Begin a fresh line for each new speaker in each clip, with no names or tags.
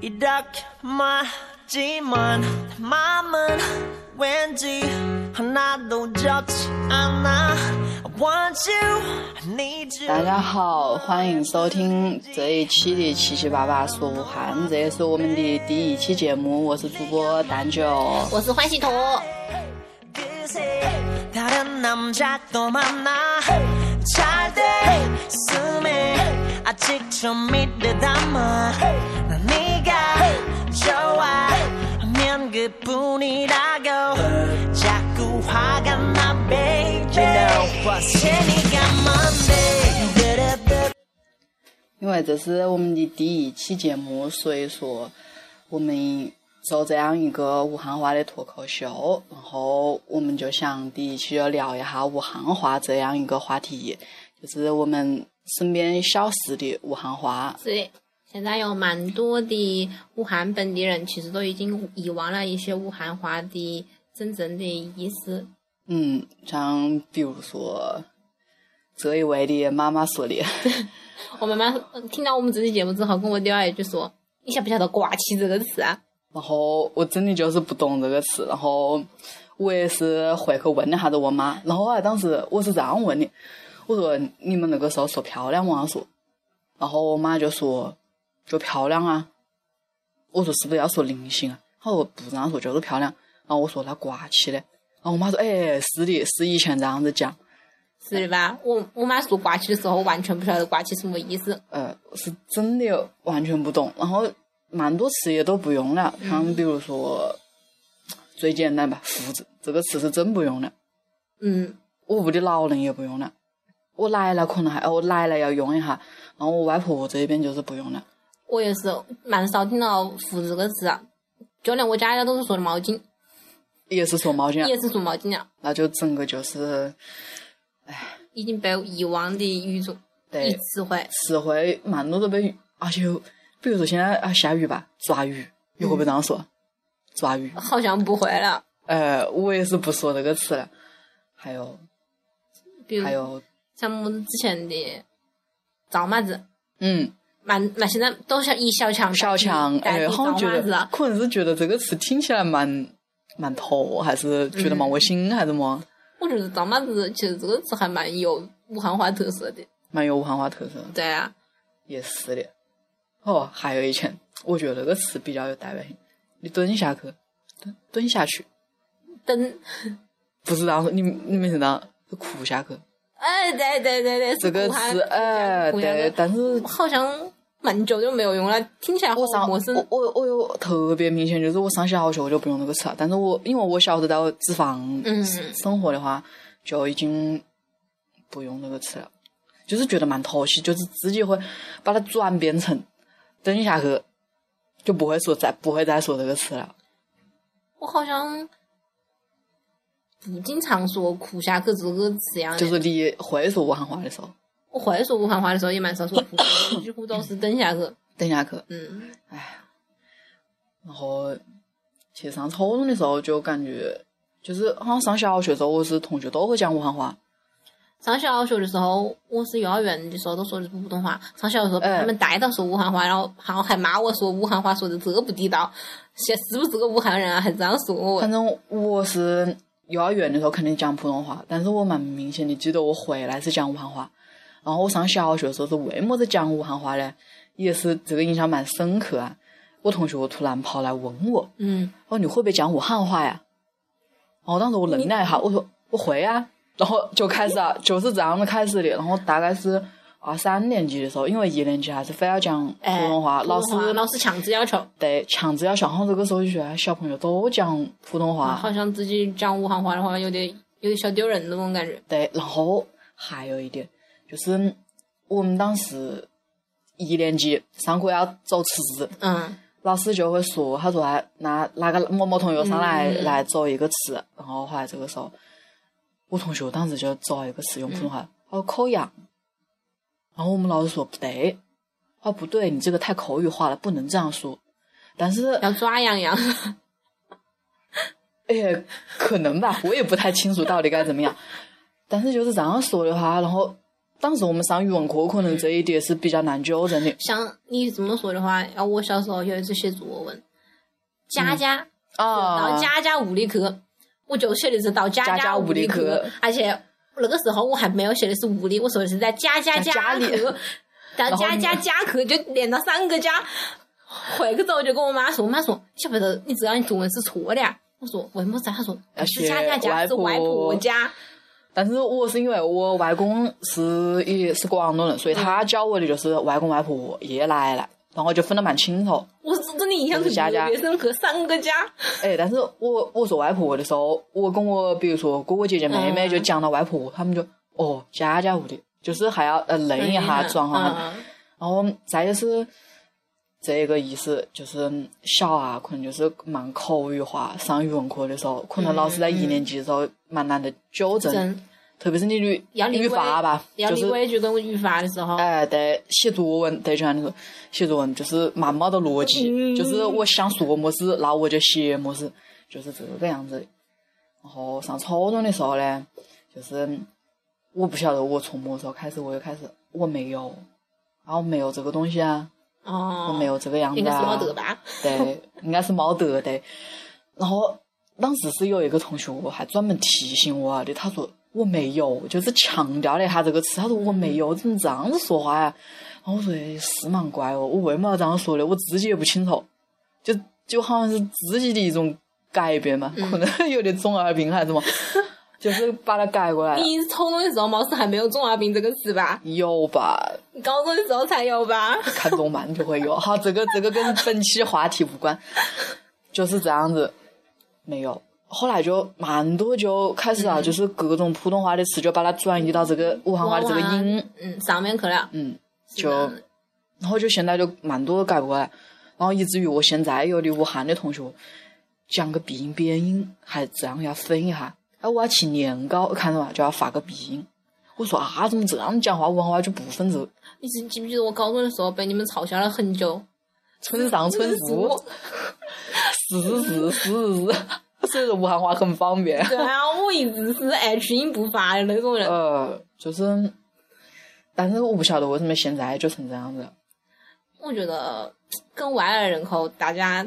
이닥마지만 마음은 왠지 하나도 잡지 않아 I want you, I need
大
you
家好，欢迎收听这一期的七七八八说武汉，这也是我们的第一期节目，我是主播蛋九。
我是欢喜坨，
busy 다른 남자 또 만나 잘 됐음에 아직 좀 믿을 담아 난 네가 좋아하면 그뿐이라고 자꾸 화가 나 baby 재미가 뭔데
因为这是我们的第一期节目，所以说我们做这样一个武汉话的脱口秀，然后我们就想第一期就聊一下武汉话这样一个话题，就是我们身边消失的武汉话。
是的。现在有蛮多的武汉本地人，其实都已经遗忘了一些武汉话的真正的意思。
嗯，像比如说这一位的妈妈说的，
我妈妈呃听到我们这期节目之后，跟我丢了一句说：“你晓不晓得‘刮起’这个词啊
然后我真的就是不懂这个词，然后我也是回去问了下子我妈，然后啊，当时我是这样问的，我说你们那个时候说漂亮吗？说，然后我妈就说就漂亮啊，我说是不是要说零星啊？她说不这样说就是漂亮，然后我说那刮起嘞，然后我妈说哎是的，是以前这样子讲，？”
是的吧？我我妈说“刮起”的时候，我完全不晓得“刮起”什么意思。
呃，是真的完全不懂。然后蛮多词也都不用了，像比如说、最简单吧，胡子这个词是真不用了，
嗯，
我屋里老人也不用了，我奶奶可能还哦，我奶奶要用一下，然后我外婆这边就是不用了。
我也是蛮少听到“胡”这个词啊，就连我家人都是说的毛巾，
也是说毛巾
也
啊，
是说毛巾啊，
那就整个就是
已经被遗忘的语种
对
一词汇。
词汇蛮多都被，而且比如说现在啊下雨吧，抓雨，你会不会这样说？抓雨，
好像不会了。
呃，我也是不说这个词了。还有
比如
还有，
像我们之前的赵麻子，
嗯，
蛮蛮现在都是以小强嗯
小强，
代
哎，
替
好
赵
像觉
麻子啊
得
了。
可能是觉得这个词听起来蛮蛮头，还是觉得蛮窝心，还是蛮
我觉得赵麻子其实这个词还蛮有武汉话特色的。
蛮有武汉话特色。
对啊，
也是的。哦，还有以前，我觉得这个词比较有代表性。你蹲下去，蹲蹲下去，
等，
不是然后你你没听到哭下去
哎，对对对对，
这个
是武汉
词，哎，
古汉的
对，但是
好像蛮久就没有用了，听起来好
我上
陌生
我。我我有特别明显，就是我上小学我就不用那个词了，但是我因为我小时候到脂肪
嗯
生活的话，就已经不用那个词了，就是觉得蛮讨喜，就是自己会把它转变成蹲下去，就不会说再不会再说这个词了。
我好像不经常说“苦下去”这个词样的。
就是你会说武汉话的时候，
我会说武汉话的时候也蛮少说苦下去，几乎都是等下去。
蹲下去，
嗯。
哎，然后其实上初中的时候就感觉，就是好像上小学的时候，我是同学都会讲武汉话。
上小学的时候，我是幼儿园的时候都说的是普通话。上小学的时候，
哎
他们带到说武汉话，然后然后还骂我说武汉话说的这不地道，是是不是个武汉人啊？还这样说我
反，正我是幼儿园的时候肯定讲普通话，但是我蛮明显的记得我回来是讲武汉话，然后我上小学的时候是为么子讲武汉话嘞？也是这个印象蛮深刻啊。我同学突然跑来问我，
嗯，
哦，你会不会讲武汉话呀？然后当时我愣了一下，我说我会啊，然后就开始啊，就是这样子开始的。然后大概是二三年级的时候，因为一年级还是非要讲普
哎，
通话，老
普通话
师
老师强制要求，
对强制要上。好这个时候就觉得小朋友都讲普通话，
好像自己讲武汉话的话有点有点小丢人那种感觉。
对，然后还有一点就是我们当时一年级上课要走吃字，
嗯，
老师就会说，他说哎，拿哪个某某同学上来、来走一个词，然后后来这个时候，我同学当时就找一个词用普通话，哦、口痒，然后我们老师说不对，哦不对，你这个太口语化了，不能这样说。但是
要抓痒痒，
哎，可能吧，我也不太清楚到底该怎么样。但是就是这样说的话，然后当时我们上语文课，可能这一点是比较难纠正的。
像你这么说的话，然后我小时候有一次写作文，家家
啊
到，家家户里去，我就写的是到家
家家
户
户
里
里
去
去，
而且那个时候我还没有写的是屋里，我说的是在家家
在
家
家里
去， 到
然后
家
你
家家去就连到三个家。回去之后就跟我妈说，我妈说晓不得，你知道你作文是错的啊。我说为么子啊？她说
要
不是
写
家家家，
外
是外
婆
婆家。
但是我是因为我外公是也是广东人，所以
嗯
他教我的就是外公外婆、爷爷奶奶，然后就分得蛮清楚。
我是真的印象
就是家
特
家
别深刻，三个家。
哎，但是我我说外婆的时候，我跟我比如说哥哥姐姐妹妹
嗯
就讲到外婆，他们就哦家家户的，就是还要呃认一下装哈。
嗯
然后再就是这个意思，就是小啊，可能就是蛮口语化。上语文课的时候，可能老师在一年级的时候蛮难的纠正，
真
特别是你语
要理
语法吧，
要
就
理
是
规矩跟语法的时候，
哎，对，写作文对就像你说，写作文就是蛮没得逻辑，
嗯
就是我想说么事，然后我就写么事，就是这个样子。然后上初中的时候呢，就是我不晓得我从么时候开始，我就开始我没有，然后没有这个东西啊。
哦，
我没有这个样子、啊，
应该是没得吧？
对，应该是没得 的。然后当时是有一个同学还专门提醒我的，他说我没有，就是强调了一下这个词。他说我没有，怎么这样子说话呀？然后我说哎是蛮怪哦，我为嘛要这样说呢？我自己也不清楚，就就好像是自己的一种改变嘛，
嗯
可能有点中二病还是什么， 就是把它改过来了。
你初中的时候貌似还没有“中二病”这个词吧？
有吧？
高中的时候才有吧？
看动漫就会有。好，这个这个跟本期话题无关，就是这样子。没有，后来就蛮多就开始啊，就是各种普通话的词就把它转移到这个武汉话的这个音，
嗯，上面去了，
嗯，
是
就
的
然后就现在就蛮多改过来，然后以至于我现在有的武汉的同学讲个鼻音变音，还这样要分一下。哎，我要吃年糕，看到嘛就要发个鼻音。我说啊，怎么这样讲话？武汉话就不分这
你记记不记得我高中的时候被你们嘲笑了很久？
村上春树。是是是 是，所以说武汉话很方便。
对啊，我一直是 H 音不发的那种人。
呃，就是，但是我不晓得为什么现在就成这样子。
我觉得跟外来人口大家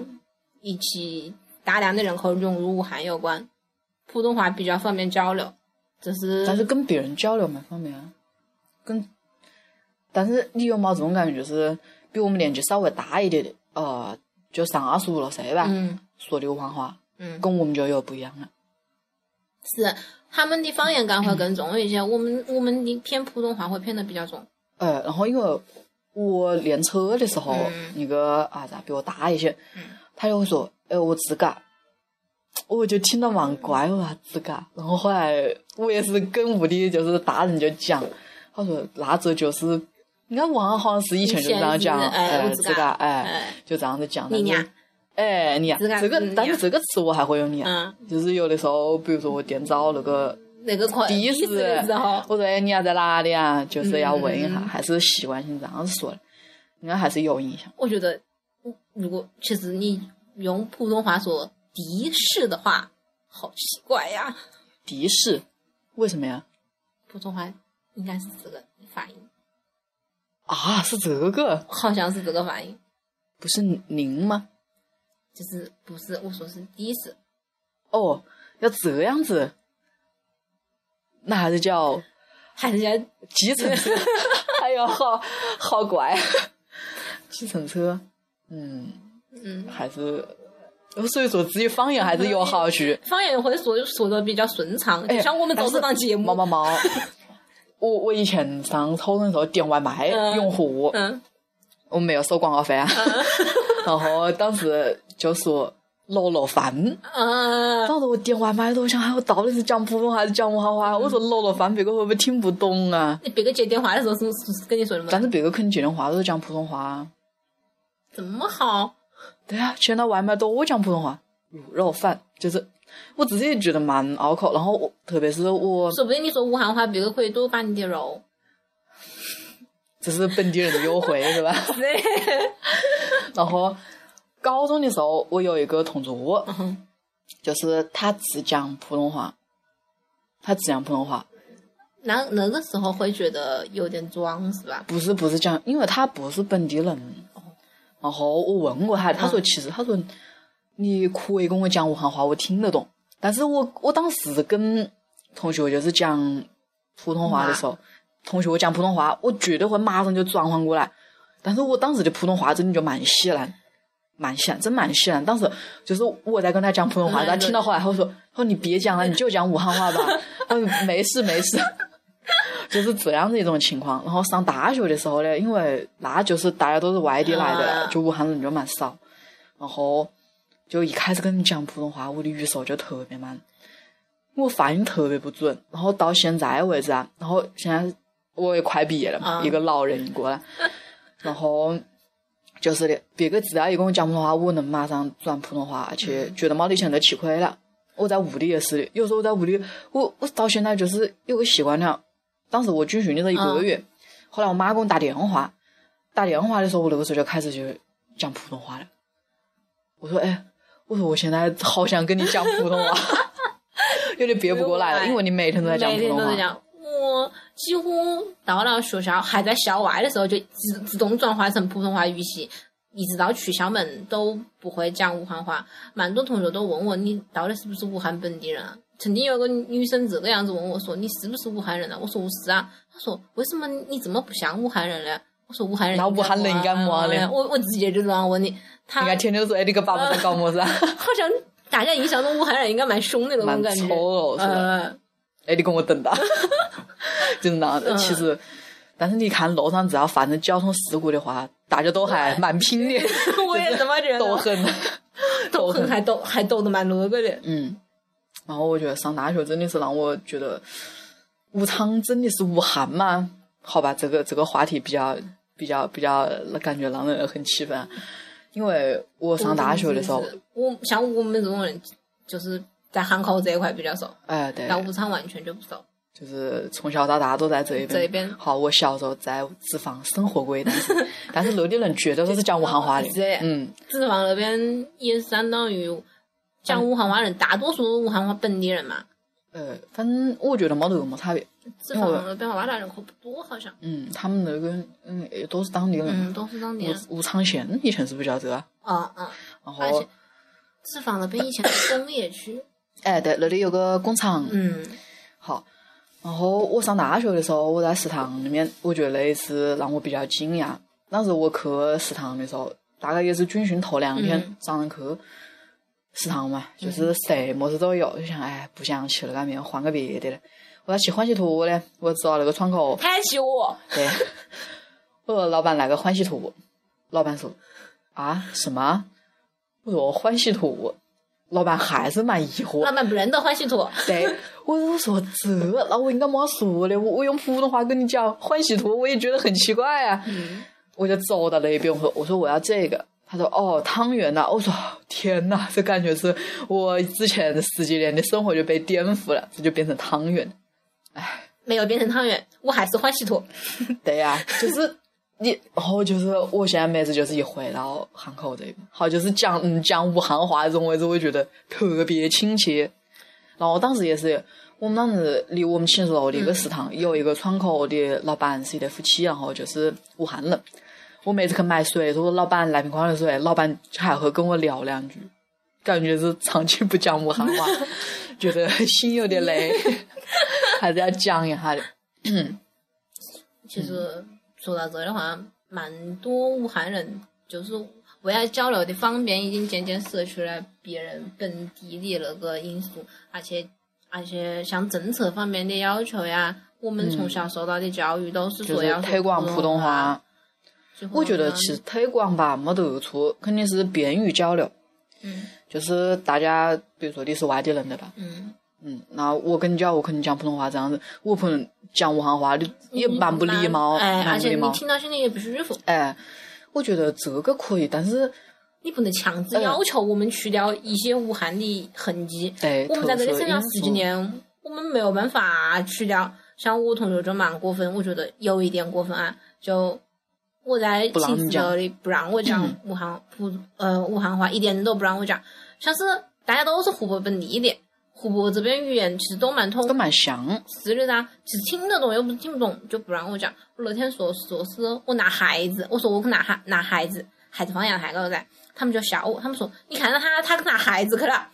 一起大量的人口涌入武汉有关，普通话比较方便交流，这是
但是跟别人交流蛮方便啊，跟，但是你有没有这种感觉，就是比我们年纪稍微大一点的，呃，就上二十五六岁吧，
嗯
说的武汉话，
嗯
跟我们就有不一样了。
是他们的方言感会更重一些，我们我们的偏普通话会偏的比较重。
呃，然后因为我练车的时候，
嗯
一个啊，咋比我大一些，他就会说：“哎，我自噶。”我就听到蛮怪我啊，自噶。然后后来我也是跟屋里就是大人就讲，他说那这就是，应该网好像是以前就这样讲，
以前是哎
哎
我，自
自
噶
噶，哎
哎，
就这样子讲。
你
但是
呀，
哎，你呀，
自噶
这个
嗯，
但
你呀
是这个词我还会用你啊，
嗯，
就是有的时候，比如说我电召那个
那个快
第一
次
次
的时候，
我说哎，你要在哪里啊？就是要问一下，
嗯
还是习惯性这样子说的，应该还是有影响。
我觉得如果其实你用普通话说的士的话，好奇怪呀、
的士，为什么呀？
普通话应该是这个发音，
啊，是这个，
好像是这个发音，
不是您吗？
就是不是我说是的士。
哦，要这样子，那还是叫
还是叫
计程车。哎呦，好好乖， 计程车，嗯，
嗯，
还是，哦所以说自己方言还是有好处。
方言会说说的比较顺畅，
哎
就像我们做这档节
毛
目，
毛 毛，我我以前上初中的时候点外卖
嗯
用户，
嗯，
我没有收广告费啊。 然后当时就说卤肉饭，
啊，
当时我点外卖都想，哎，我到底是讲普通话还是讲武汉
嗯
话？我说卤肉饭，别个会不会听不懂啊？
别个接电话的时候是是是跟你说的吗
但？是别个肯接电话都是讲普通话啊。
怎么好？
对啊，现在外卖都我讲普通话，卤肉饭就是我自己也觉得蛮拗口。然后我特别是我
说不定你说武汉话，别个可以多把你 的肉。
这是本地人的优惠是吧？然后高中的时候，我有一个同桌，
哼
就是他只讲普通话，他只讲普通话，
那那个时候会觉得有点装是吧？
不是不是这样，因为他不是本地人。然后我问过他，他说其实他说你可以跟我讲武汉话，我听得懂。但是我我当时跟同学就是讲普通话的时候，同学讲普通话，我绝对会马上就转换过来。但是我当时的普通话真的就蛮稀烂，蛮稀烂，真蛮稀烂。当时就是我在跟他讲普通话，
嗯
他听到后来他说：“他说你别讲了，你就讲武汉话吧。”嗯，没事没事。 就是这样的一种情况。然后上大学的时候呢，因为那就是大家都是外地来的，
啊
就武汉人就蛮少。然后就一开始跟你讲普通话，我的语速就特别慢，我发音特别不准。然后到现在为止啊，然后现在我也快毕业了嘛，
啊
一个老人过来，然后。就是的，别个只要一跟我讲普通话，我能马上转普通话，而且
嗯
觉得没得钱都吃亏了。我在屋里也是的，有时候我在屋里，我我到现在就是有个习惯了。当时我军训的这一个
嗯
月，后来我妈给我打电话，打电话的时候，我那个时候就开始就讲普通话了。我说：“哎，我说我现在好想跟你讲普通话， 有点憋不过来了，因为你每天都啊在讲
每
普
天
通
都在
话。
讲，我几乎到了学校还在校外的时候，就自自动转化成普通话语系，一直到去校门都不会讲武汉话。蛮多同学都问我，你到底是不是武汉本地人啊？曾经有个女生这个样子问我说：“你是不是武汉人啊？”我说：“我是啊。”她说：“为什么你怎么不像武汉人呢？”我说：“武汉人
那武汉人应该没嘞
啊嗯我我直接就这样问你，他
你看天天说，哎，你个爸爸在搞么子 啊？
好像大家印象中武汉人应该蛮凶的那
蛮
种感觉，
丑陋是吧
呃，
哎，你跟我等 到，就是那样的。啊其实，但是你看路上只要发生交通事故的话，大家都还蛮拼 的，
我也这么觉得，
都很。
斗狠还斗还斗得蛮多个的。
嗯，然后我觉得上大学真的是让我觉得，武昌真的是武汉吗？好吧，这个这个话题比较比较比较感觉让人很气愤，啊因为我上大学的时候，
我像我们这种人，就是在汉口这一块比较熟，
哎，对，
到武昌完全就不熟。
就是从小到大都在这一边。
这一边
好，我小时候在脂肪生活过一段时 间，但是内地人绝对都是讲武汉话的
是啊的。
嗯，
脂肪那边也相当于讲武汉话人，大多数武汉话本地人嘛。
呃，反正我觉得没得什么差别。
脂肪那边娃娃人口不多，好像，
嗯，他们那个嗯也都是当地人嘛。
嗯，都是当地人。
武武昌县以前是不是叫这个啊？
啊啊，
然
而且
后，
脂肪那边以前是工业区，
哎，对，那里有个工厂。
嗯，
好，然后我上大学的时候，我在食堂里面，我觉得也是让我比较惊讶。当时我去食堂的时候，大概也是军训头两天
嗯
早上去食堂嘛，就是什么事都有，就想哎不想吃那个面，换个别的了。我要去欢喜坨嘞，我知道那个窗口
太喜我，
对， 我说老板来个欢喜图，老板说啊什么？我说欢喜图，老板还是蛮疑惑
老。板不认得欢喜图，
对，我我说这，那我应该没说的，我我用普通话跟你讲欢喜图，我也觉得很奇怪啊。我就走到那边，我说我说我要这个，他说哦汤圆呐、我说天呐，这感觉是我之前十几年的生活就被颠覆了，这就变成汤圆。
没有变成汤圆，我还是欢喜图。
嗯对呀、就是你，然后就是我现在每次就是一回到汉口这边，好就是讲嗯讲武汉话这种位置，我觉得特别亲切。然后当时也是，我们当时离我们寝室楼的一个食堂、有一个窗口的老板是一对夫妻，然后就是武汉人。我每次去买水，说老板来瓶矿泉水，老板还会跟我聊两句，感觉是长期不讲武汉话，觉得心有点累，还是要讲一下的。
其实说到这的话，蛮多武汉人就是为了交流的方便，已经渐渐失去了别人本地的那个因素，而且而且像政策方面的要求呀，我们从小受到的教育都是
就
说
是
要
推广普
普
通
话
话。。我觉
嗯
得其实推广吧，没得错，肯定是便于交流。
嗯
就是大家，比如说你是外地人对吧？
嗯，
嗯，那我跟你讲，我肯定讲普通话这样子，我不能讲武汉话，你也蛮不礼貌，
哎，
蛮
而
不
且
礼
你
貌。
听到心里也不舒服，
哎，我觉得这个可以，但是
你不能强
嗯
制要求我们去掉一些武汉的痕迹。
对，
我们在这里
特色
生长
哎因
十
素
几，年，我们没有办法去掉。像我同学就蛮过分，我觉得有一点过分啊。就我在
不让
寝
你
室
讲嗯
楼里不让我讲武汉普呃武汉话，一点都不让我讲。像是大家都是湖北本地的，湖北这边语言其实都蛮通
都蛮像。
是的啊，只听得懂又不是听不懂，就不让我讲。我那天说说是我拿孩子，我说我拿孩拿孩子，孩子方言还搞噻，他们就笑我，他们说你看到他他拿孩子去了，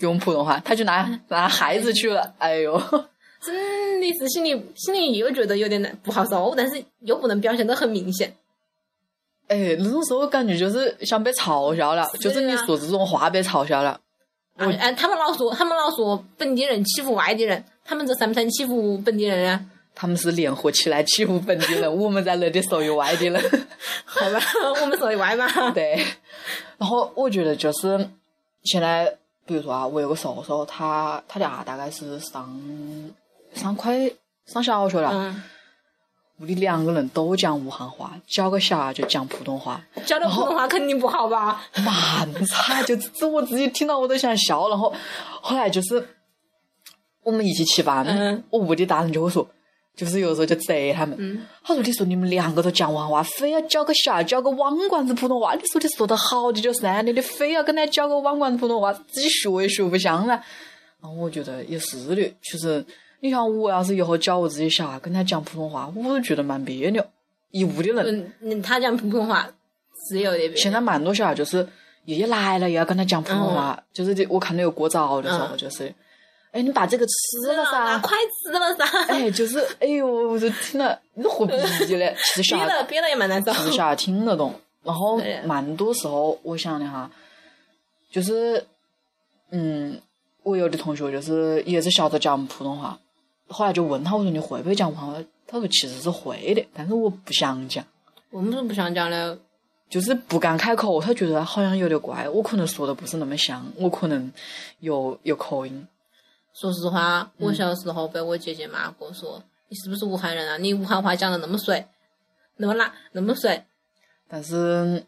用普通话，他就拿拿孩子去 了。哎呦，
真的是心里心里又觉得有点难不好受，但是又不能表现得很明显。
哎，那种时候感觉就是像被嘲笑了，
是
就
啊
是你说这种话被嘲笑了。
啊，哎，他们老说他们老说本地人欺负外地人，他们这算不算欺负本地人啊？
他们是联合起来欺负本地 人，我们在那里属于外地人。
好吧， 我们说的外嘛。
对，然后我觉得就是现在，比如说啊，我有个叔叔，他他俩大概是上上快上小学了，
嗯，
屋里两个人都讲武汉话，教个小孩就讲普通话，
教的普通话肯定不好吧？
蛮差，就这我自己听到我都想笑。然后后来就是我们一起吃饭，
嗯
我屋里大人就会说，就是有时候就贼他们，
嗯
他说：“你说你们两个都讲完话，非要教个小孩教个网管子普通话，你说你说的好的就是啊，你你非要跟他教个网管子普通话，自己学也学不像了。”然后我觉得也是的，其实你想，我要是以后教我自己小孩跟他讲普通话，我都觉得蛮别扭。以屋里人，
嗯，嗯他讲普通话是有点别
现在蛮多小孩就是爷爷来了也要跟他讲普通话，就是这我看到有过早的时候
嗯
就是，哎、你把这个吃了
拿
噻，
筷子了噻。
哎，啊 就是哎呦，我就听了你都活逼了，其实小
憋
孩
了憋了也蛮难受。
其实小孩听得懂，然后
对
蛮多时候我想的哈，就是嗯，我有的同学就是也是小时候讲普通话，后来就问他我说你会不会讲普通话，他说其实是会的，但是我不想讲。
我们是不想讲了，
就是不敢开口，他觉得好像有点怪。我可能说的不是那么像，我可能有有口音。
说实话，
嗯
我小时候被我姐姐骂过，说你是不是武汉人啊？你武汉话讲的那么水，那么辣，那么水。
但是，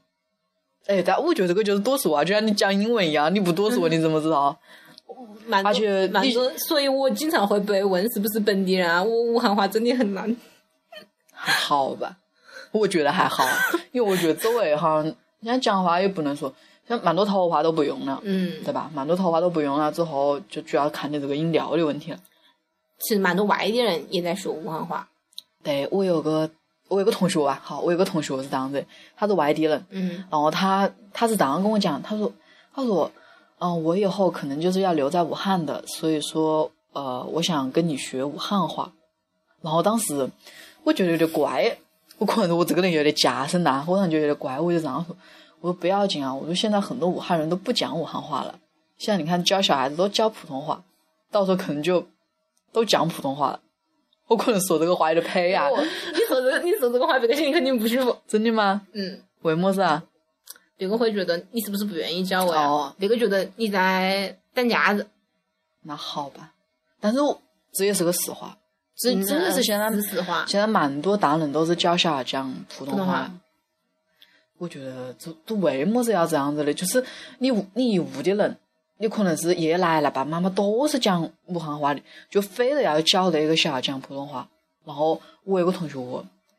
哎，但我觉得这个就是多说啊，就像你讲英文一样，你不多说你怎么知道？
蛮多
而且
蛮
你
多，所以我经常会被问是不是本地人啊？我武汉话真的很难。
还好吧，我觉得还好，因为我觉得周围好像人家讲话也不能说，像蛮多头话都不用了，
嗯，
对吧？蛮多头话都不用了之后，就主要看你这个音调的问题了。
其实蛮多外地人也在学武汉话。
对我有个我有个同学啊，好，我有个同学是这样子，他是外地人，
嗯，
然后他他是这样跟我讲，他说他说，嗯、我以后可能就是要留在武汉的，所以说呃，我想跟你学武汉话。然后当时我觉得有点怪，我可能我这个人有点夹生呐，我感觉有点怪，我就这样说，我说不要紧啊，我说现在很多武汉人都不讲武汉话了，现在你看教小孩子都教普通话，到时候可能就都讲普通话了。我可能说这个话有点呸啊
我，你说这个你说这个话，别个心里肯定不舒服。
真的吗？
嗯，
为么子啊？
别个会觉得你是不是不愿意教我呀？
哦
别个觉得你在当架子。
那好吧，但是我这也是个实话，这
嗯
真的是现在
是实话。
现在蛮多大人都是教小孩讲普通
普通
话
话。
我觉得这这为么子要这样子呢？就是你屋你一屋的人，你可能是爷爷奶奶、爸爸妈妈都是讲武汉话的，就非得要教得一个小孩讲普通话。然后我有个同学，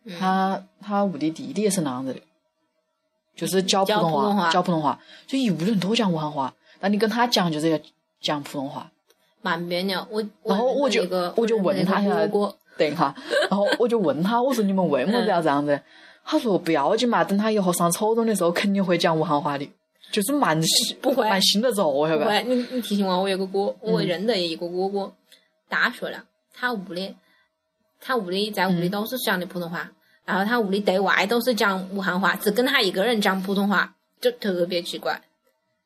嗯
他他屋里弟弟也是那样子的，就是教普
教
通
普通
话，
话
教普通话，就一屋的人都讲武汉话，但你跟他讲就是要讲普通话。
蛮别扭。我
然后我就
认识了一个
我就
认识
闻
了
他
一
一
个
下
火锅，
等一下，然后我就问他，我说你们为么子要这样子？他说不要紧嘛，等他以后上初中的时候肯定会讲武汉话的，就是蛮新
不会
蛮新的肉，晓得吧？
喂，你你提醒我，我有个哥，我
嗯
认得一个哥哥，大学了，他屋里他屋里在屋
嗯
里都是讲的普通话，然后他屋里对外都是讲武汉话，只跟他一个人讲普通话，就特别奇怪。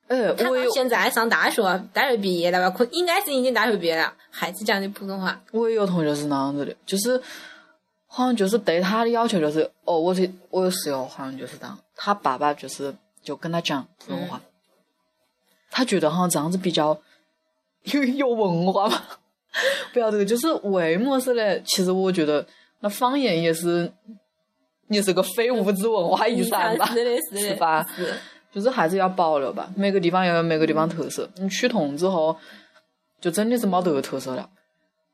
哎，
他
我
到
有
现在上大学，大学毕业了吧？可应该是已经大学毕业了，还是讲的普通话。
我也有同学是那样子的，就是好像就是对他的要求就是，哦，我是我有室友好像就是这样，他爸爸就是就跟他讲普通话，他觉得好像这样子比较 有有文化嘛。 不要这个，就是为么事嘞？其实我觉得那方言也是也是个非物质文化遗产吧，
是的，是的，
是吧
是。
就是还是要保留吧。每个地方要有每个地方特色，你趋同之后，就真的是没得特色了。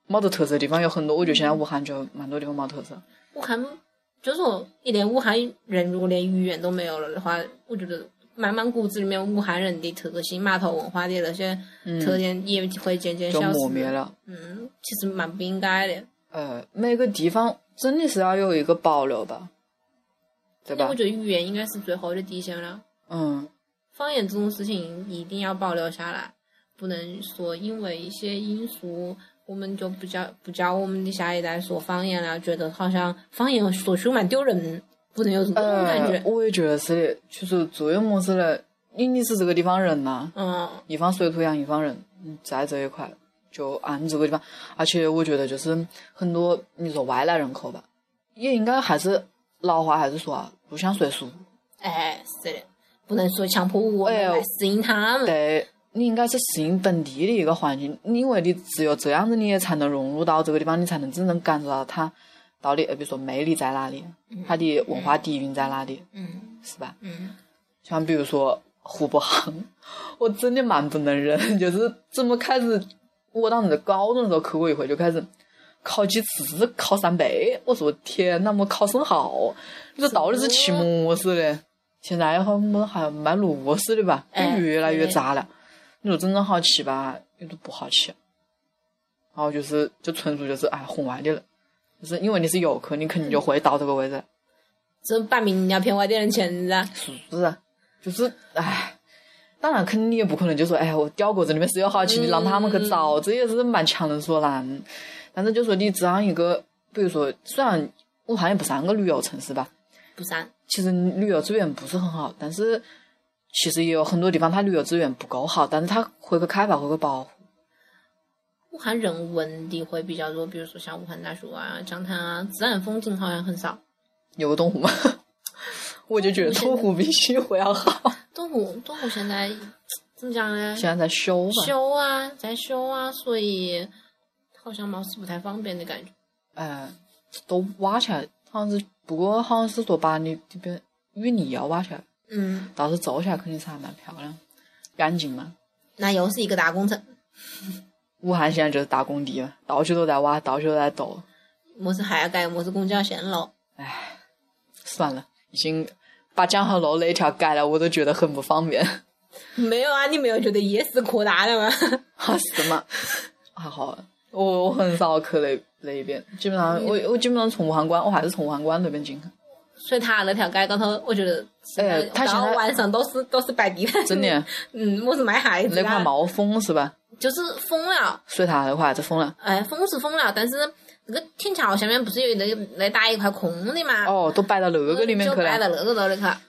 没得特色的地方有很多，我觉得现在武汉就蛮多地方没特色。
武汉，就是说，你连武汉人如果连语言都没有了的话，我觉得慢慢骨子里面武汉人的特性、码头文化的那些特点也会渐渐
嗯就
消
磨
失
灭
的。
了。
嗯，其实蛮不应该的。
呃，每个地方真的是要有一个保留吧，对吧
那哎我？觉得语言应该是最后的底线了。
嗯，
方言这种事情一定要保留下来，不能说因为一些因素，我们就不教不教我们的下一代说方言了，觉得好像方言说出蛮丢人，不能有这种感
呃
觉，。
我也觉得是的，就是作为么子嘞，因为你是这个地方人呐、
嗯，
一方水土养一方人，嗯，在这一块就按这个地方，而且我觉得就是很多你说外来人口吧，也应该还是老话还是说啊，入乡随俗，
哎，是的，不能说强迫我们
哎呦
来适应他们。
对，你应该是适应本地的一个环境，因为你只有这样子，你也才能融入到这个地方，你才能真正感受到它到底，呃，比如说魅力在哪里，它的文化底蕴在哪里，
嗯
是吧？
嗯，
像比如说湖北行，我真的蛮不能忍，就是怎么开始，我当时高中的时候去过一回，就开始考鸡翅，考三杯，我说天呐，那么考生蚝，你这到底是吃么事嘞？现在好么还卖螺丝的吧，
哎
越来越杂了。你说真正好吃吧，又都不好吃。然后就是就纯属就是哎混外地了，就是因为你是游客，你肯定就会到这个位置。
这摆明人家骗外地人钱是吧？
是啊，就是唉，当然肯定也不可能就说，哎呀，我吊锅子里面是有好吃的，让他们去找，这也是蛮强人所难。但是就说你这样一个，比如说，虽然武汉也不算个旅游城市吧，
不算，
其实旅游资源不是很好，但是其实也有很多地方它旅游资源不够好，但是它会去开发，会去保护。
武汉人文的会比较多，比如说像武汉大学啊、江滩啊，自然风景好像很少。
有个东湖嘛， 我就觉得东湖比西湖要好。
东湖，东湖现在怎么讲 呢？
现在在修吧，
修啊，在修啊，所以好像貌似不太方便的感觉。
呃，都挖起来，好像是不过好像是说把你这边淤泥要挖起来，
嗯，
到时候走起来肯定是还蛮漂亮，干净嘛。
那又是一个大工程，
武汉现在就是大工地嘛，到处都在挖，到处都在抖。
么是还要盖，么是公交线路。
算了，已经把江河楼那一条改了，我都觉得很不方便。
没有啊，你没有觉得夜市扩大了吗？
啊，是吗？还好，哦我我很少去那那一边，基本上我我基本上从武汉关，我还是从武汉关那边进去。
水塔那条街高头，我觉得现在
哎它现在
到晚上都是都是摆地摊，
真的。
嗯，我是卖鞋子
那块
啊，
毛峰是吧？
就是封了，
水塔那块子封了，
哎，封是封了，但是那个天桥下面不是有那个那大一块空的嘛？，
哦，都摆到那个里面去
就摆到
了。
那个头里去了。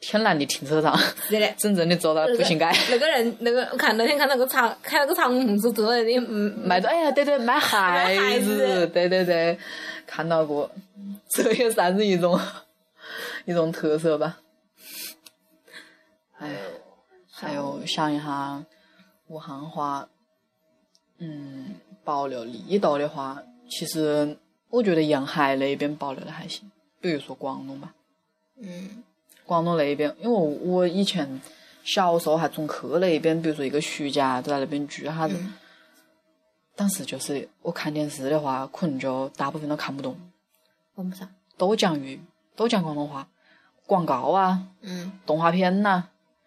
天然的停车场。
是的。
真正的走到步行街，
那个人，那个我看那天看那个长看那个长虹是坐在那里，嗯，
买的哎呀，对对，买孩
买孩
子，对对对，看到过， 这也算是一种一种特色吧。哎，还有想一下武汉话，嗯，保留力道的话，其实我觉得沿海那一边保留的还行，比如说广东吧。
嗯，
广东那一边，因为我我以前小时候还总去那一边，比如说一个暑假都在那边住哈子。当时就是我看电视的话，可能就大部分都看不懂，
我不知道，
都讲粤语，都讲广东话，广告啊，
嗯，
动画片呐、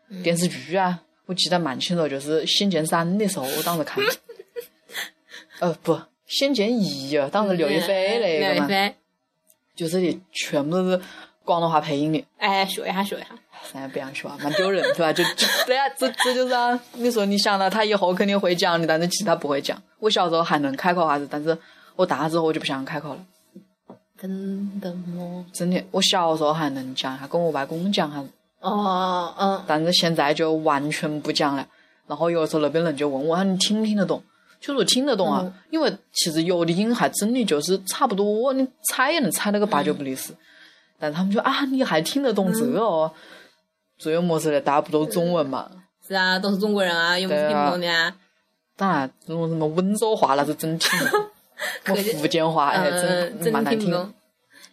嗯
电视剧啊，我记得蛮清楚，就是《仙剑三》的时候，我当时 看，呃，不，《仙剑一》啊，当时刘亦菲那
刘
个
亦
嘛，
菲，
就是的，全部都是广东话配音的。
哎，学一下学一下，
咱也不想说，蛮丢人是 吧？就就对啊，这这就是啊。你说你想了，他以后肯定会讲的，但是其实他不会讲。我小时候还能开口啥子，但是我大了之后我就不想开口了。
真的吗？
真的，我小时候还能讲，还跟我外公讲哈，
哦，嗯，
但是现在就完全不讲了。然后有的时候那边人就问我，啊你听不听得懂？就说听得懂啊，
嗯
因为其实有的音还真的就是差不多，你猜也能猜那个八九不离十。
嗯
但他们就啊，你还听得懂这个哦？所以么事嘞，大家不都中文嘛？
是啊，都是中国人啊，有没有
对
听
啊
不懂的啊？
当然，这种什么温州话那是真听不 懂，我
是
福建话哎，
呃，
真
真
蛮难
的听不
听的。
懂。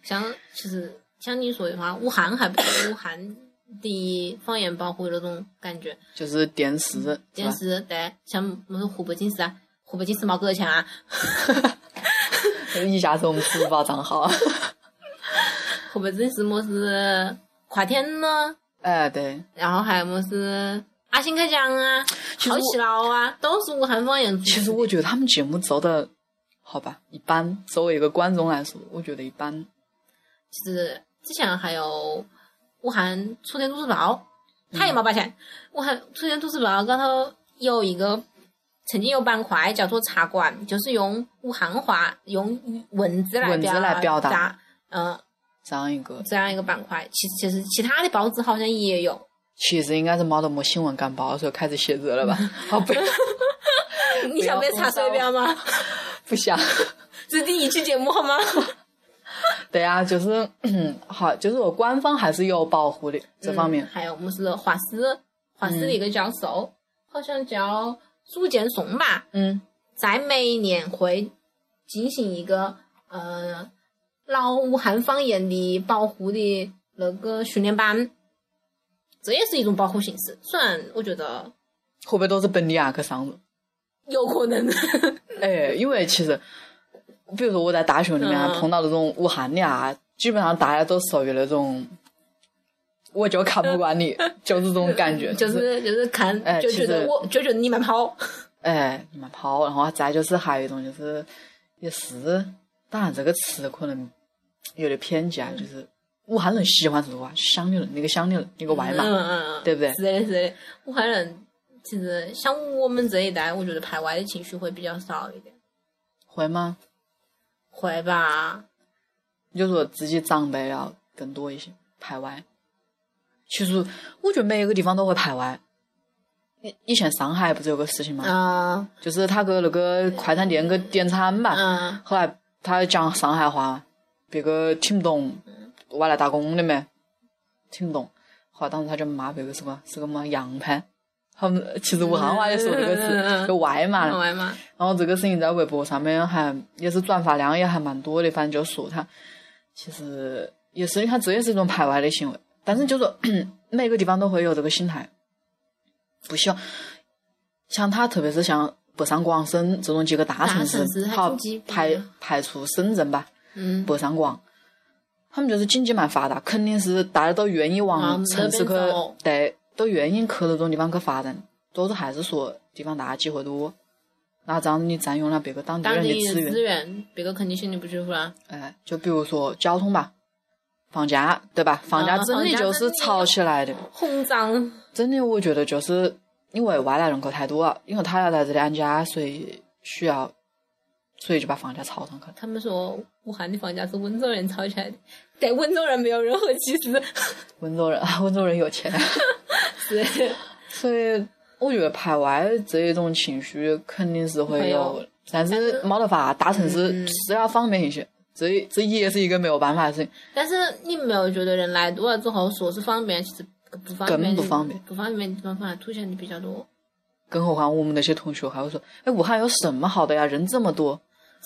像其实像你说的话，武汉还不是武汉的方言保护那种感觉，
就是电视，是
但
吧？
是对，像我们湖北警视啊，湖北警视没给钱啊，
以下是我们支付宝账号。
湖北警视么是快天呢？
哎，对，
然后还有么是阿星客讲啊、
其实
好
我
喜佬啊，都是武汉方言。
其实我觉得他们节目做的好吧，一般。作为一个观众来说，我觉得一般。
其实之前还有武汉触电都市报，
嗯
他也没发现武汉触电都市报高头有一个曾经有板块叫做茶馆，就是用武汉话用语文字来
文字
表
来表
达
达，
嗯，
这样一个，
这样一个板块。其其实其他的报纸好像也有，
其实应该是毛德么新闻干报的时候开始写字了吧？好， 不
你想被查水表吗？
不想。
这是第一期节目好吗？
对啊，就是、 嗯、好，就是我官方还是有保护的 这方面嗯
嗯。还有我们是华师，华师的一个教授，好像叫苏建松吧，
嗯，
在每一年会进行一个呃老武汉方言的保护的那个训练班，这也是一种保护形式。虽然我觉得
会不会都是本地阿啊克上的？
有可能，
哎，因为其实，比如说我在大学里面啊
嗯
碰到的这种武汉的啊，基本上大家都属于那种，我就看不惯 你，就是这种感觉，
就是就是看
哎
就觉
其
得
实
我就觉得你蛮好，
哎，你们跑，然后再就是还有一种就是也是，当然这个词可能有点偏激啊，就是武汉人喜欢什么啊，乡里人那个乡里人那个外
嗯
嘛，
嗯嗯，嗯
对不对
是的，是的，武汉人其实像我们这一代，我觉得排外的情绪会比较少一点，
会吗？
会吧？
你就说自己长辈要更多一些排外。其实我觉得每一个地方都会排外。以以前上海不是有个事情嘛，
啊
就是他给那个快餐店给点餐吧，
嗯
后来他讲上海话，别个听不懂，我来打工的没，听不懂。后来当时他就骂别个什么是个么洋派，他们其实武汉话也说这个
嗯
词，就外嘛。
排外嘛，
然后这个事情在微博上面还也是转发量也还蛮多的，反正就说他其实也是，你看这也是一种排外的行为。但是就 说每个地方都会有这个心态，不希望像他，特别是像北上广深这种几个大城
大城市它
好
经济不一
排
样
排除深圳吧，
嗯，
北上广，他们就是经济蛮发达，肯定是大家都愿意
往
往城市
啊那边
去
走，
对，都愿意去那种地方去发展。都是还是说地方大家机会多，那这样你占用了别个当地
当
人
地
的资
资
源，
源，别个肯定心里不舒服啊啦。
哎，就比如说交通吧，房价对吧？房价
啊
真的
房价
就是
真的
炒起来的，
轰炸，
真的我觉得就是因为外来人口太多了，因为他要在这里安家，所以需要，所以就把房价炒上去了。
他们说武汉的房价是温州人炒起来的，对温州人没有任何歧视，
温州人，啊温州人有钱。
是
所以我觉得排外这一种情绪肯定是会
会有嗯
有，但是没得法，大城市是要方便一些，这这也是一个没有办法的事情。
但是你没有觉得人来多了之后，说是方便，其实不方便，
更不方便，
不方便的地方反而凸显的比较多，
更何况我们那些同学还会说：“哎，武汉有什么好的呀？人这么多。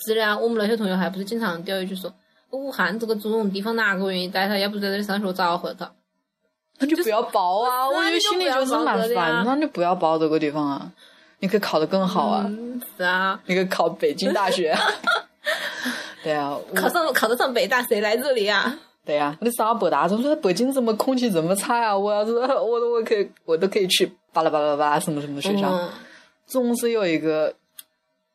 是的啊，我们那些同学还不是经常钓一句说，武汉这个这种地方哪个愿意待他，要不在这里上学早回去。”
那就不要报啊！
就是
我觉得心里就是蛮
那就不要报
烦，
了呀
那就不要报这个地方啊！你可以考得更好啊！
嗯，是啊，
你可以考北京大学。啊 对啊，我
考上考得上北大，谁来这里啊？
对呀、我你上北大，总说北京怎么空气这么差呀、我要是 我都我可以我都可以去巴拉巴拉巴拉什么什么学校，
嗯，
总是有一个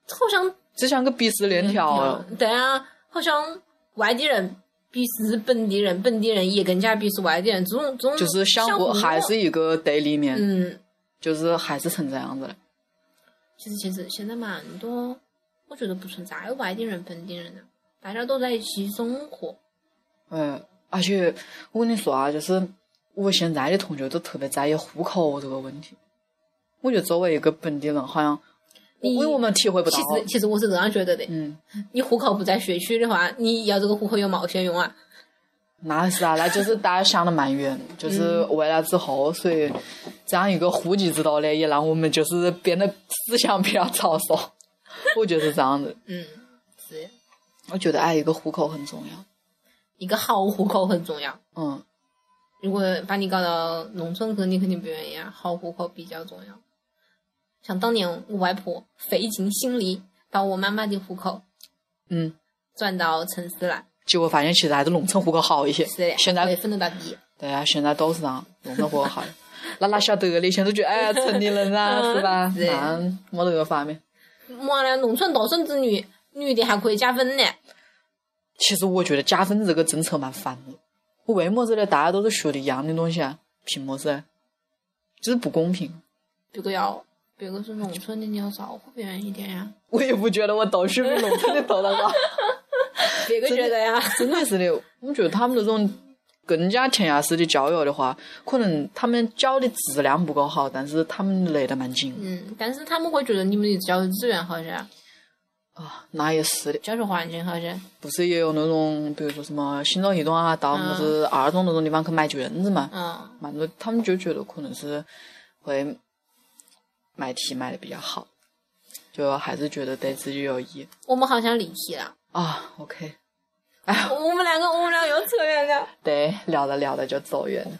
好像
就像个鄙视链条啊。
对啊，好像外地人鄙视本地人，本地人也更加鄙视外地人，这种这种
就是相
相
互
互
还是一个对立面，
嗯，
就是还是成这样子了。
其实其实现在蛮多，我觉得不存在外地人本地人的，大家都在一起生活，
嗯，而且我跟你说啊，就是我现在的同学都特别在意户口这个问题。我觉得作为一个本地人，好像
你
因为我们体会不
其
到。啊
实其实我是这样觉得的，
嗯，
你户口不在学区的话，你要这个户口有毛线用啊？
那是啊，那就是大家想的蛮远，就是为了之后，所以这样一个户籍制度呢，也让我们就是变得思想比较早熟。 我觉得是这样子，
嗯，是
我觉得爱一个户口很重要。
一个好户口很重要。
嗯，
如果把你搞到农村去，你肯定不愿意啊，好户口比较重要。想当年，我外婆费尽心力把我妈妈的户口
嗯，
转到城市来，
结果发现其实还是农村户口好一些
是的。，
现
我
在
也奋斗到底。
对啊，现在都是啊，农村户口好一些。那那晓得嘞，现在就觉得哎呀，城里人啊，
嗯
是吧？
是
难，没得法面。
妈了，农村独生子女，女的还可以加分呢。
其实我觉得加分这个政策蛮烦的。我为么子呢？大家都是学的一样的东西啊，凭么子啊？就是不公平。
别个要，别个是农村的，你要照顾别人一点呀。
我也不觉得我都是被农村的头脑瓜，
别个觉得呀，
真的是的。我觉得他们这种更加填鸭式的教育的话，可能他们教的质量不够好，但是他们勒得蛮紧、
嗯，但是他们会觉得你们的教育资源好些，
啊。那也是的，
教学环境好些。
不是也有那种，比如说什么新中移动啊，到么子二中那种地方去买卷子嘛，
嗯，
蛮多他们就觉得可能是会买题买的比较好，就还是觉得对自己有益
我们好像离题了，
啊。OK，
我们两个，我们俩又扯 远了。
对，聊着聊着就走远了，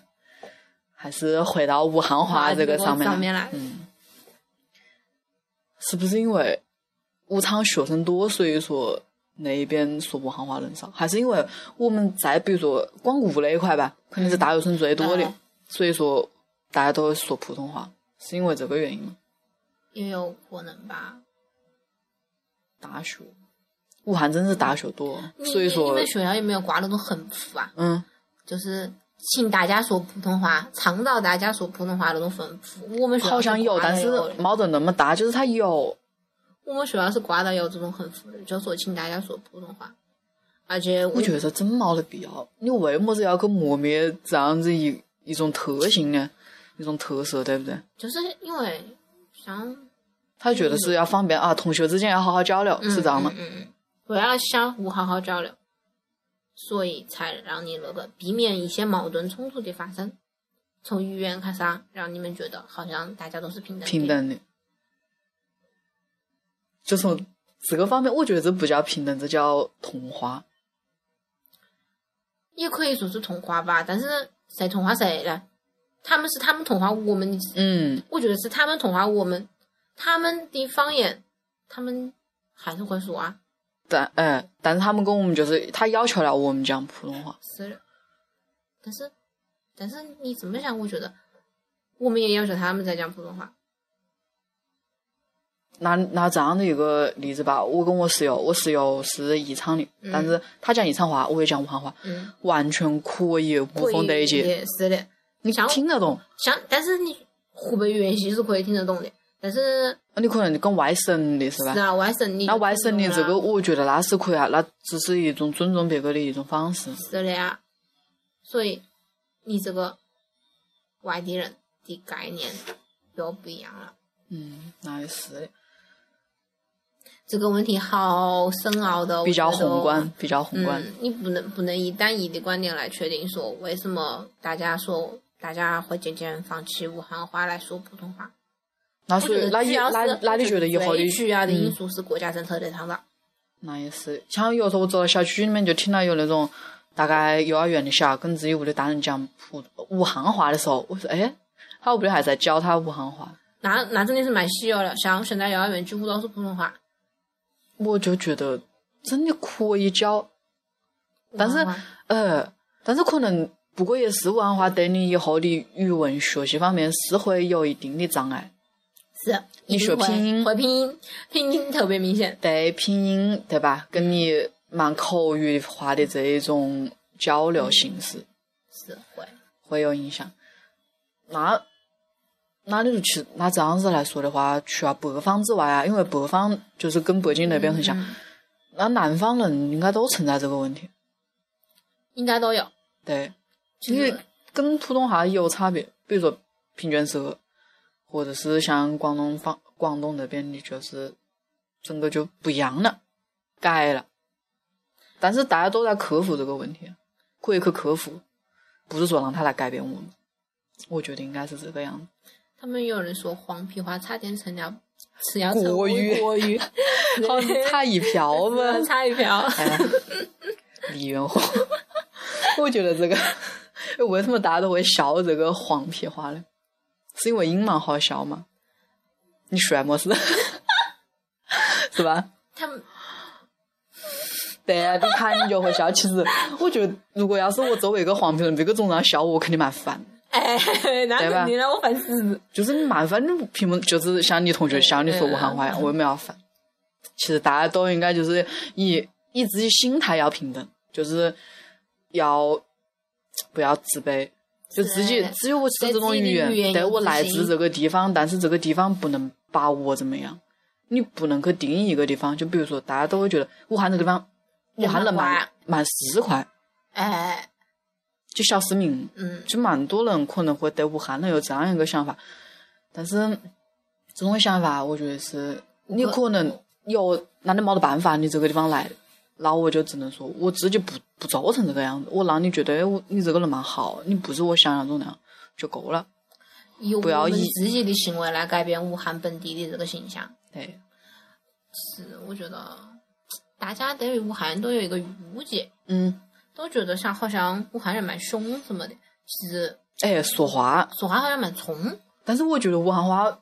还是回到武汉话这个上面来
上面来
嗯，是不是因为武昌学生多，所以说那一边说武汉话人少？还是因为我们在比如说光谷那一块吧，肯定是大学生最多的，
嗯
所以说大家都会说普通话，是因为这个原因吗？
也有可能吧。
大学，武汉真是大学多，
你
所以
你
说
们学校有没有挂那种横幅啊？
嗯，
就是请大家说普通话，倡导大家说普通话那种横幅。我们学校
好像有，
挂
但
的
是没得那么大，就是它有。
我们学校是挂到有这种横幅的，就说请大家说普通话。而且
我觉得真没得必要。你为么子要去磨灭这样子一一种特性呢？一种特色，对不对？
就是因为像
他觉得是要方便啊，同学之间要好好交流，是这样吗？
嗯嗯嗯嗯，我要相互好好交流，所以才让你那个避免一些矛盾冲突的发生。从语言开始啊，让你们觉得好像大家都是平等的。
平。等的，就从这个方面，我觉得这不叫平等，这叫同化。
也可以说是同化吧，但是谁同化谁呢？他们是他们同化我们，
嗯，
我觉得是他们同化我们，他们的方言，他们还是会说啊，
但哎，但是他们跟我们就是他要求了我们讲普通话，
是的。但是，但是你怎么想？我觉得我们也要求他们在讲普通话。
拿拿这样的一个例子吧，我跟我室友，我室友是宜昌的，
嗯
但是他讲宜昌话，我也讲武汉话，
嗯，
完全可以无缝对接，
也是的。
你
像
听得懂。
像，但是你湖北语言系是可以听得懂的，但是
你可能跟外省的是吧？
是啊，外省的
那外省的
的
这个，我觉得那是可以啊，那只是一种尊重别个的一种方式。
是的呀。所以你这个外地人的概念又不一样了。
嗯，那也是的，
这个问题好深奥的，
比较
我觉得
宏观，比较宏观。
嗯，你不能不能以单一的观点来确定说为什么大家说大家会渐渐放弃武汉话来说普通话。
那
我
啊所
觉
以，
得
那
主
你
要
那
是
那你觉得以后的
最主啊要的因
嗯，
素是国家政策的倡导。
那也是。像有时候我走到小区里面，就听到有那种大概幼儿园的小孩跟自己屋里大人讲普武汉话的时候，我说哎，他屋里还在教他武汉话，
那那真的是蛮稀有的，像现在幼儿园几乎都是普通话。
我就觉得真的可以教，但是
普通话
呃，但是可能不过也是武汉话对你以后的语文学习方面是会有一定的障碍。
是
你学拼音
会拼音，拼音特别明显。
对拼音对吧？跟你蛮口语化的这一种交流形式
是会，
会有影响。那那你就其那这样子来说的话，除了北方之外啊，因为北方就是跟北京那边很像，
嗯
那南方人应该都存在这个问题。
应该都有。
对，
就
因为
是
跟普通话有差别，比如说平卷舌，或者是像广东方广东那边的，就是整个就不一样了，改了。但是大家都在克服这个问题，可以去克服，不是说让它来改变我们。我觉得应该是这个样子。
他们有人说黄皮话差点成了，只要成为
国语，
国语，
好 差一瓢嘛。
差一瓢。
哎，李元洪， 我觉得这个为什么大家都会笑这个黄皮话呢？是因为音蛮好笑嘛？ 你说么事？是吧？
他们
对，被怕你就会笑。其实我觉得，如果要是我作为一个黄皮人，别个总这样笑我，我肯定蛮烦的。
哎，那
对吧
肯定了，我烦死。
就是你麻烦你屏幕，就是像你同学像你说武汉话一
嗯
样，我也没有烦。其实大家都应该就是以以自己心态要平等，就是要不要自卑，就自己
对
只有我是这种
对自
语
己的语言
言，对
有
我
自
来
信
自这个地方，但是这个地方不能把我怎么样，你不能去定义一个地方。就比如说，大家都会觉得武汉这个地方，武汉人
人
蛮
蛮
蛮市侩，
哎，
就小市民，
嗯，
就蛮多人可能会对武汉人有这样一个想法，但是这种想法，我觉得是你可能有，那你没得办法，你这个地方来，那我就只能说我自己不不做成这个样子，我让你觉得哎我你这个人蛮好，你不是我想象中那样就够了。
以我
不要
们
以
自己的行为来改变武汉本地的这个形象。
对，
是，我觉得大家对于武汉人都有一个误解，
嗯，
都觉得像好像武汉人蛮凶什么的，其实
哎，说话，
说话好像蛮冲。
但是我觉得武汉话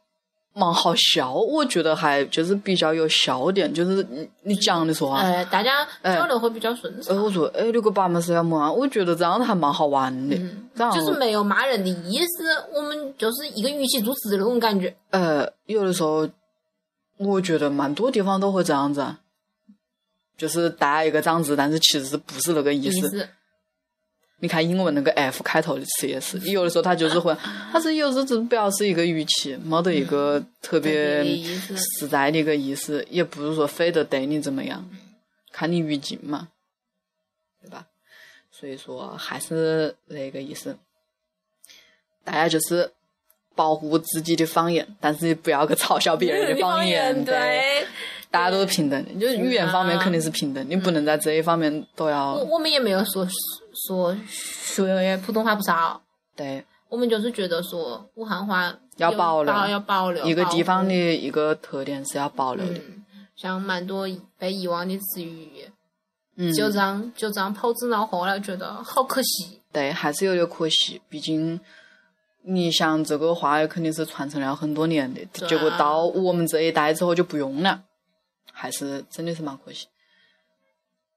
蛮好笑，我觉得还就是比较有笑点，就是你你讲的说话。
呃，大家
哎
交流会比较顺
哎，
畅，
我说，哎，你个爸妈是要么啊？我觉得这样子还蛮好玩的，
嗯
这样
就是没有骂人的意思，我们就是一个语气助词的那种感觉。
呃，有的时候我觉得蛮多地方都会这样子啊，就是打一个脏字，但是其实不是那个意
意
思。
思，
你看英文那个 F 开头的词也是，有的时候它就是会，它是有时候只表示一个语气，没得一个特
特别
别
的意思
实在的一个意思，也不是说非得对你怎么样，看你语境嘛，对吧？所以说还是那个意思，大家就是保护自己的方言，但是不要去嘲笑别人的方言，对，
对。
大家都是平等的，就是语言方面肯定是平等，你不能在这一方面都要
我我们也没有说说学普通话不少，
对。
我们就是觉得说武汉话
要
有
保留
要保留
一个地方
保
的
护
一个特点是要保留的。
嗯，像蛮多被遗忘的词语，
嗯，
就这样就这样抛之脑后了，觉得好可惜。
对，还是有点可惜，毕竟你想这个话肯定是传承了很多年的，
对啊
结果到我们这一代之后就不用了，还是真的是蛮可惜。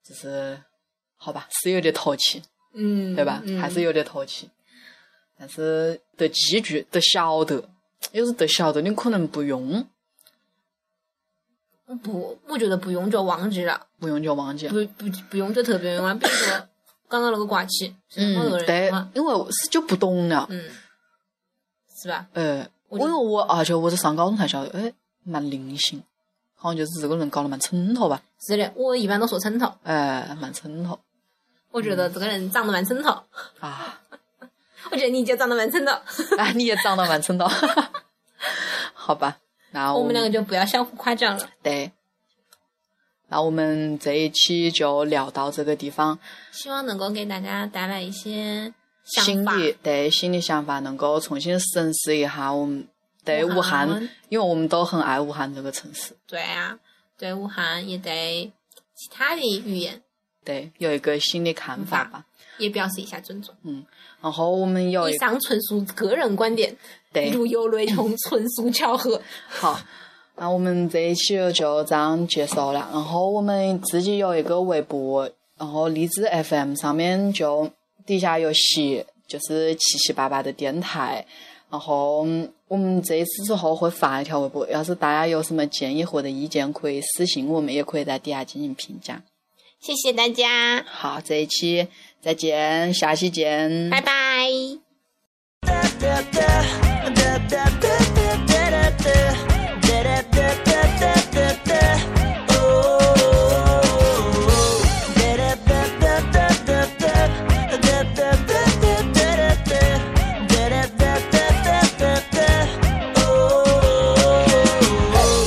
只是好吧，是有点透气，
嗯，
对吧？
嗯
还是有点透气，但是得记住，得晓得，要是得晓得，你可能不用，
不，我觉得不用就忘记了，
不用就忘记了。
不不不用就特别用啊。比如说刚刚那个刮起，是好多
嗯，
人
对
用啊，，
因为是就不懂了。
嗯，是吧？
呃，我
我就
因为我而且我是上高中才晓得，哎，蛮灵性，好像就是这个人搞得蛮称头吧，
是的，我一般都说称头，
哎，蛮称头
我觉
嗯
得这个人长得蛮称头，
啊，
我觉得你就长得蛮称头，
啊，你也长得蛮称头， 好吧，那
我
我
们两个就不要相互夸奖了。
对，那我们这一期就聊到这个地方，
希望能够给大家带来一些想
新
法。
的对新的想法能够重新审视一下我们对
武
武汉
汉，
因为我们都很爱武汉这个城市，
对啊，对武汉也对其他的语言
对，有一个新的看法
看法
吧。
也表示一下尊重。
然后我们有
以
一
上纯属个人观点，
对。
如有雷同，纯属巧合。
好，那啊我们这一期就这样结束了。然后我们自己有一个微博，然后荔枝 FM 上面就底下有写，就是七七八八的电台。然后嗯我们这一次之后会发一条微博，要是大家有什么建议或者意见，可以私信我们，也可以在底下进行评价。
谢谢大家，
好，这一期再见，下期见，
拜拜。
Oh, da da da da da da oh,